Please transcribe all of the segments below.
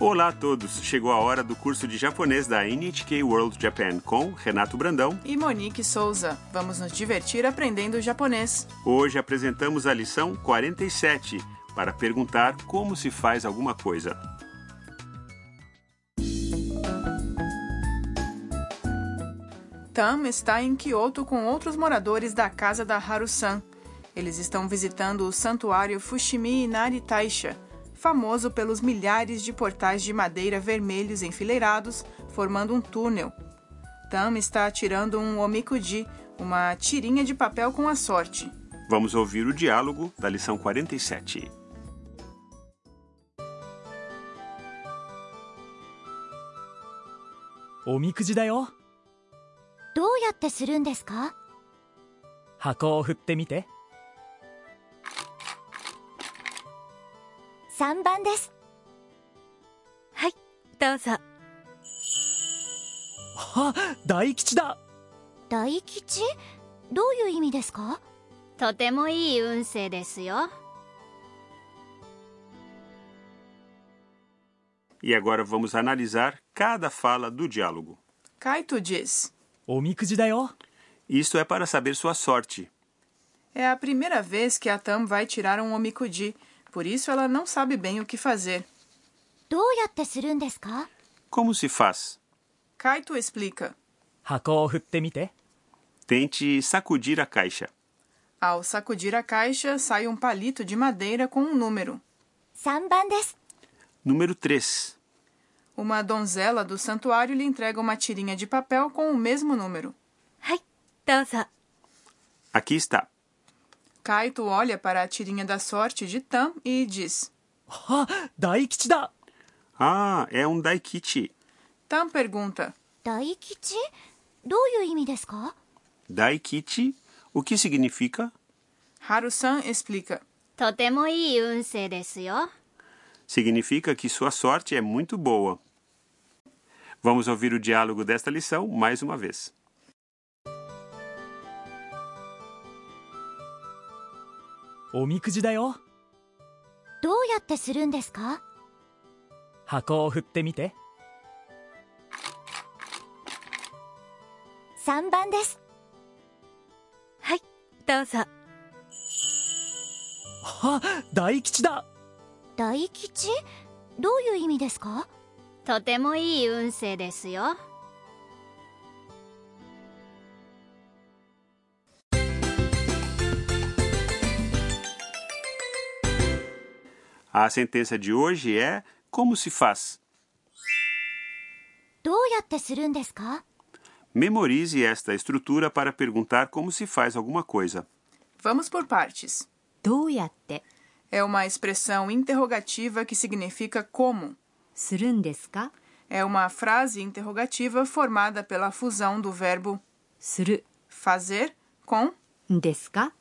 Olá a todos! Chegou a hora do curso de japonês da NHK World Japan com Renato Brandão. E Monique Souza. Vamos nos divertir aprendendo japonês. Hoje apresentamos a lição 47 para perguntar como se faz alguma coisa. Tam está em Kyoto com outros moradores da casa da Haru-san. Eles estão visitando o santuário Fushimi Inari Taisha, famoso pelos milhares de portais de madeira vermelhos enfileirados, formando um túnel. Tam está atirando um omikuji, uma tirinha de papel com a sorte. Vamos ouvir o diálogo da lição 47. おみくじだよどうやってするんですか箱を振ってみて3番ですはいどうぞあ大吉だ大吉どういう意味ですかとてもいい運勢ですよ E agora vamos analisar cada fala do diálogo. Kaito diz: おみくじだよ Isto é para saber sua sorte. É a primeira vez que a Tam vai tirar um omikuji, por isso ela não sabe bem o que fazer. どうやってするんですか Como se faz? Kaito explica. 箱を振ってみて Tente sacudir a caixa. Ao sacudir a caixa, sai um palito de madeira com um número. 3番です Número 3. Uma donzela do santuário lhe entrega uma tirinha de papel com o mesmo número. はいどうぞ Aqui está. Kaito olha para a tirinha da sorte de Tam e diz: あ大吉だ Ah, é um daikichi. Tam pergunta. 大吉どういう意味ですか Daikichi? O que significa? Haru-san explica. とてもいい運勢ですよ Significa que sua sorte é muito boa. Vamos ouvir o diálogo desta lição mais uma vez. おみくじだよどうやってするんですか箱を振ってみて3番ですはいどうぞあ大吉だ大吉どういう意味ですかとてもいい運勢ですよ A sentença de hoje é como se faz. どうやってするんですか Memorize esta estrutura para perguntar como se faz alguma coisa. Vamos por partes. どうやって É uma expressão interrogativa que significa como. するんですか É uma frase interrogativa formada pela fusão do verbo する fazer com んですか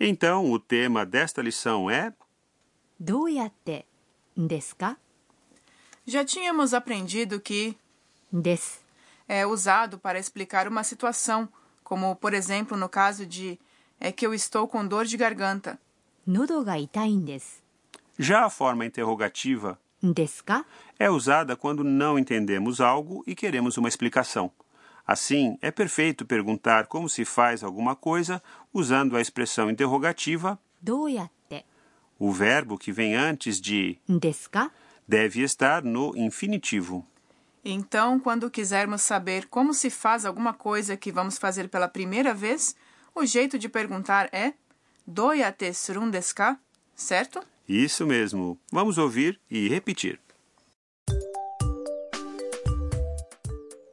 Então, o tema desta lição é どうやってんですか Já tínhamos aprendido que です。 é usado para explicar uma situação, como por exemplo no caso de é que eu estou com dor de garganta. 喉が痛いんです。 já a forma interrogativa んですか é usada quando não entendemos algo e queremos uma explicação. Assim, é perfeito perguntar como se faz alguma coisa usando a expressão interrogativa, どうやって。 o verbo que vem antes de んですか deve estar no infinitivo. Então, quando quisermos saber como se faz alguma coisa que vamos fazer pela primeira vez, o jeito de perguntar é doyate surun desu ka? certo? Isso mesmo. Vamos ouvir e repetir.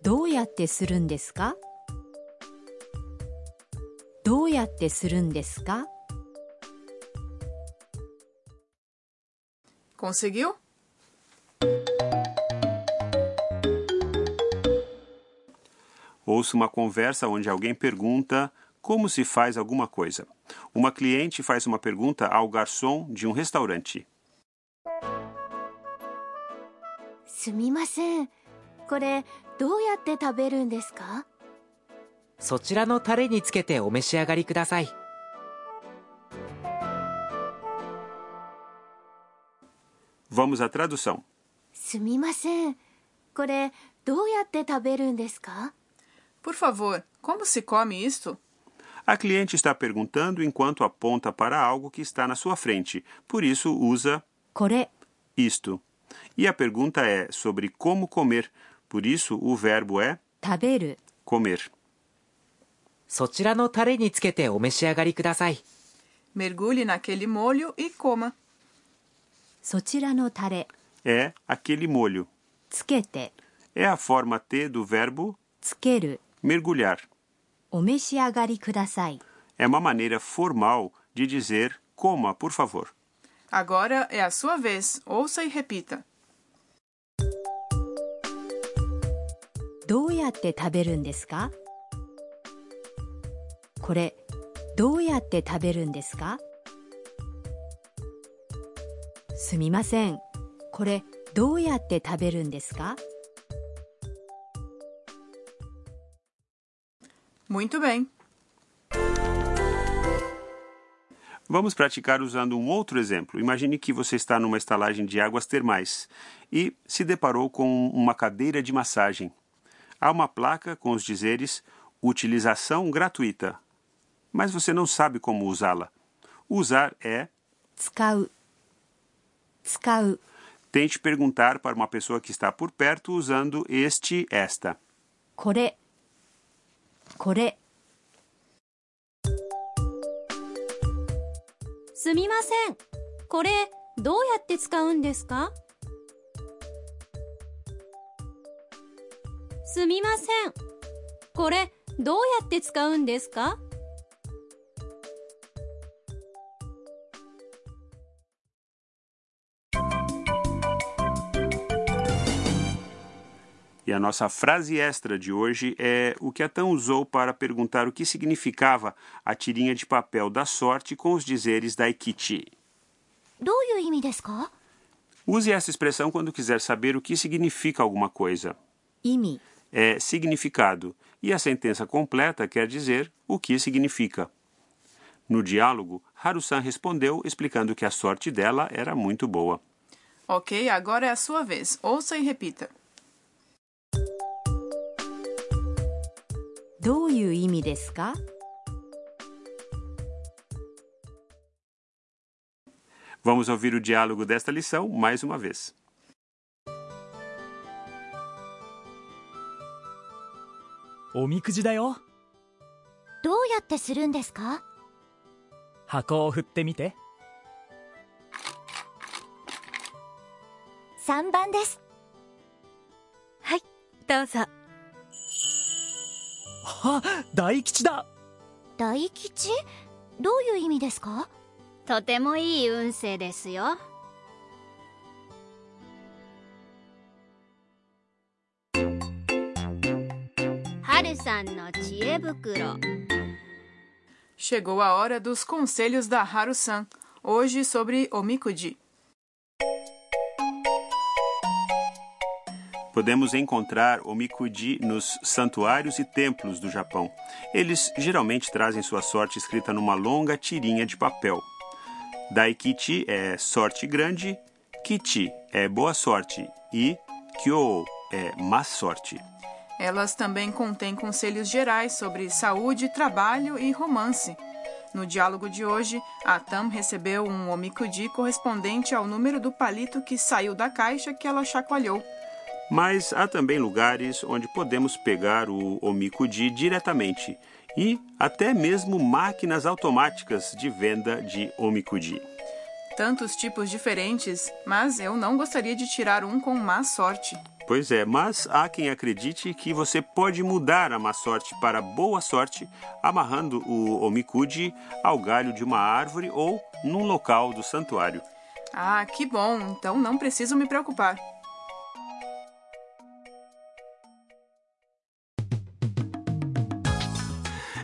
どうやってするんですかどうやってするんですか Conseguiu? Ouça uma conversa onde alguém pergunta como se faz alguma coisa. Uma cliente faz uma pergunta ao garçom de um restaurante. すみませんこれどうやって食べるんですかそちらのタレにつけてお召し上がりください Vamos à tradução. すみませんこれどうやって食べるんですか Por favor, como se come isto? A cliente está perguntando enquanto aponta para algo que está na sua frente, por isso usa これ isto. E a pergunta é sobre como comer, por isso o verbo é 食べる comer. そちらのタレにつけてお召し上がりください Mergulhe naquele molho e coma. そちらのタレ É aquele molho. つけて É a forma T do verbo つける mergulhar. お召し上がりください É uma maneira formal de dizer coma, por favor. Agora é a sua vez. Ouça e repita. どうやって食べるんですかこれどうやって食べるんですかすみませんこれどうやって食べるんですか Muito bem. Vamos praticar usando um outro exemplo. Imagine que você está numa estalagem de águas termais e se deparou com uma cadeira de massagem. Há uma placa com os dizeres utilização gratuita, mas você não sabe como usá-la. Usar é 使う使う tente perguntar para uma pessoa que está por perto usando este, esta. これこれすみませんこれどうやって使うんですかすみませんこれどうやって使うんですか E a nossa frase extra de hoje é o que a Tan usou para perguntar o que significava a tirinha de papel da sorte com os dizeres da Ikichi. どういう意味ですか Use essa expressão quando quiser saber o que significa alguma coisa. 意味 É significado. E a sentença completa quer dizer o que significa. No diálogo, Haru-san respondeu explicando que a sorte dela era muito boa. Ok, agora é a sua vez. Ouça e repita. どういう意味ですか Vamos ouvir o diálogo desta lição mais uma vez. おみくじだよどうやってするんですか箱を振ってみて3番ですはい、どうぞ。あ大吉だ大吉どういう意味ですかとてもいい運勢ですよ。はるさんの知恵袋。 Chegou a hora dos conselhos da Haru-san, hoje sobre Omikuji. Podemos encontrar o Mikuji nos santuários e templos do Japão. Eles geralmente trazem sua sorte escrita numa longa tirinha de papel. Daikichi é sorte grande, Kichi é boa sorte e Kyo é má sorte. Elas também contêm conselhos gerais sobre saúde, trabalho e romance. No diálogo de hoje, a Tam recebeu um Omikuji correspondente ao número do palito que saiu da caixa que ela chacoalhou. Mas há também lugares onde podemos pegar o Omikuji diretamente e até mesmo máquinas automáticas de venda de Omikuji. Tantos tipos diferentes, mas eu não gostaria de tirar um com má sorte. Pois é, mas há quem acredite que você pode mudar a má sorte para boa sorte amarrando o omikuji ao galho de uma árvore ou num local do santuário. Ah, que bom, então não preciso me preocupar.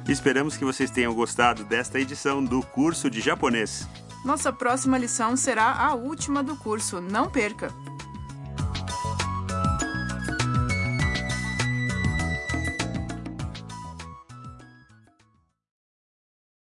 Esperamos que vocês tenham gostado desta edição do curso de japonês. Nossa próxima lição será a última do curso, não perca!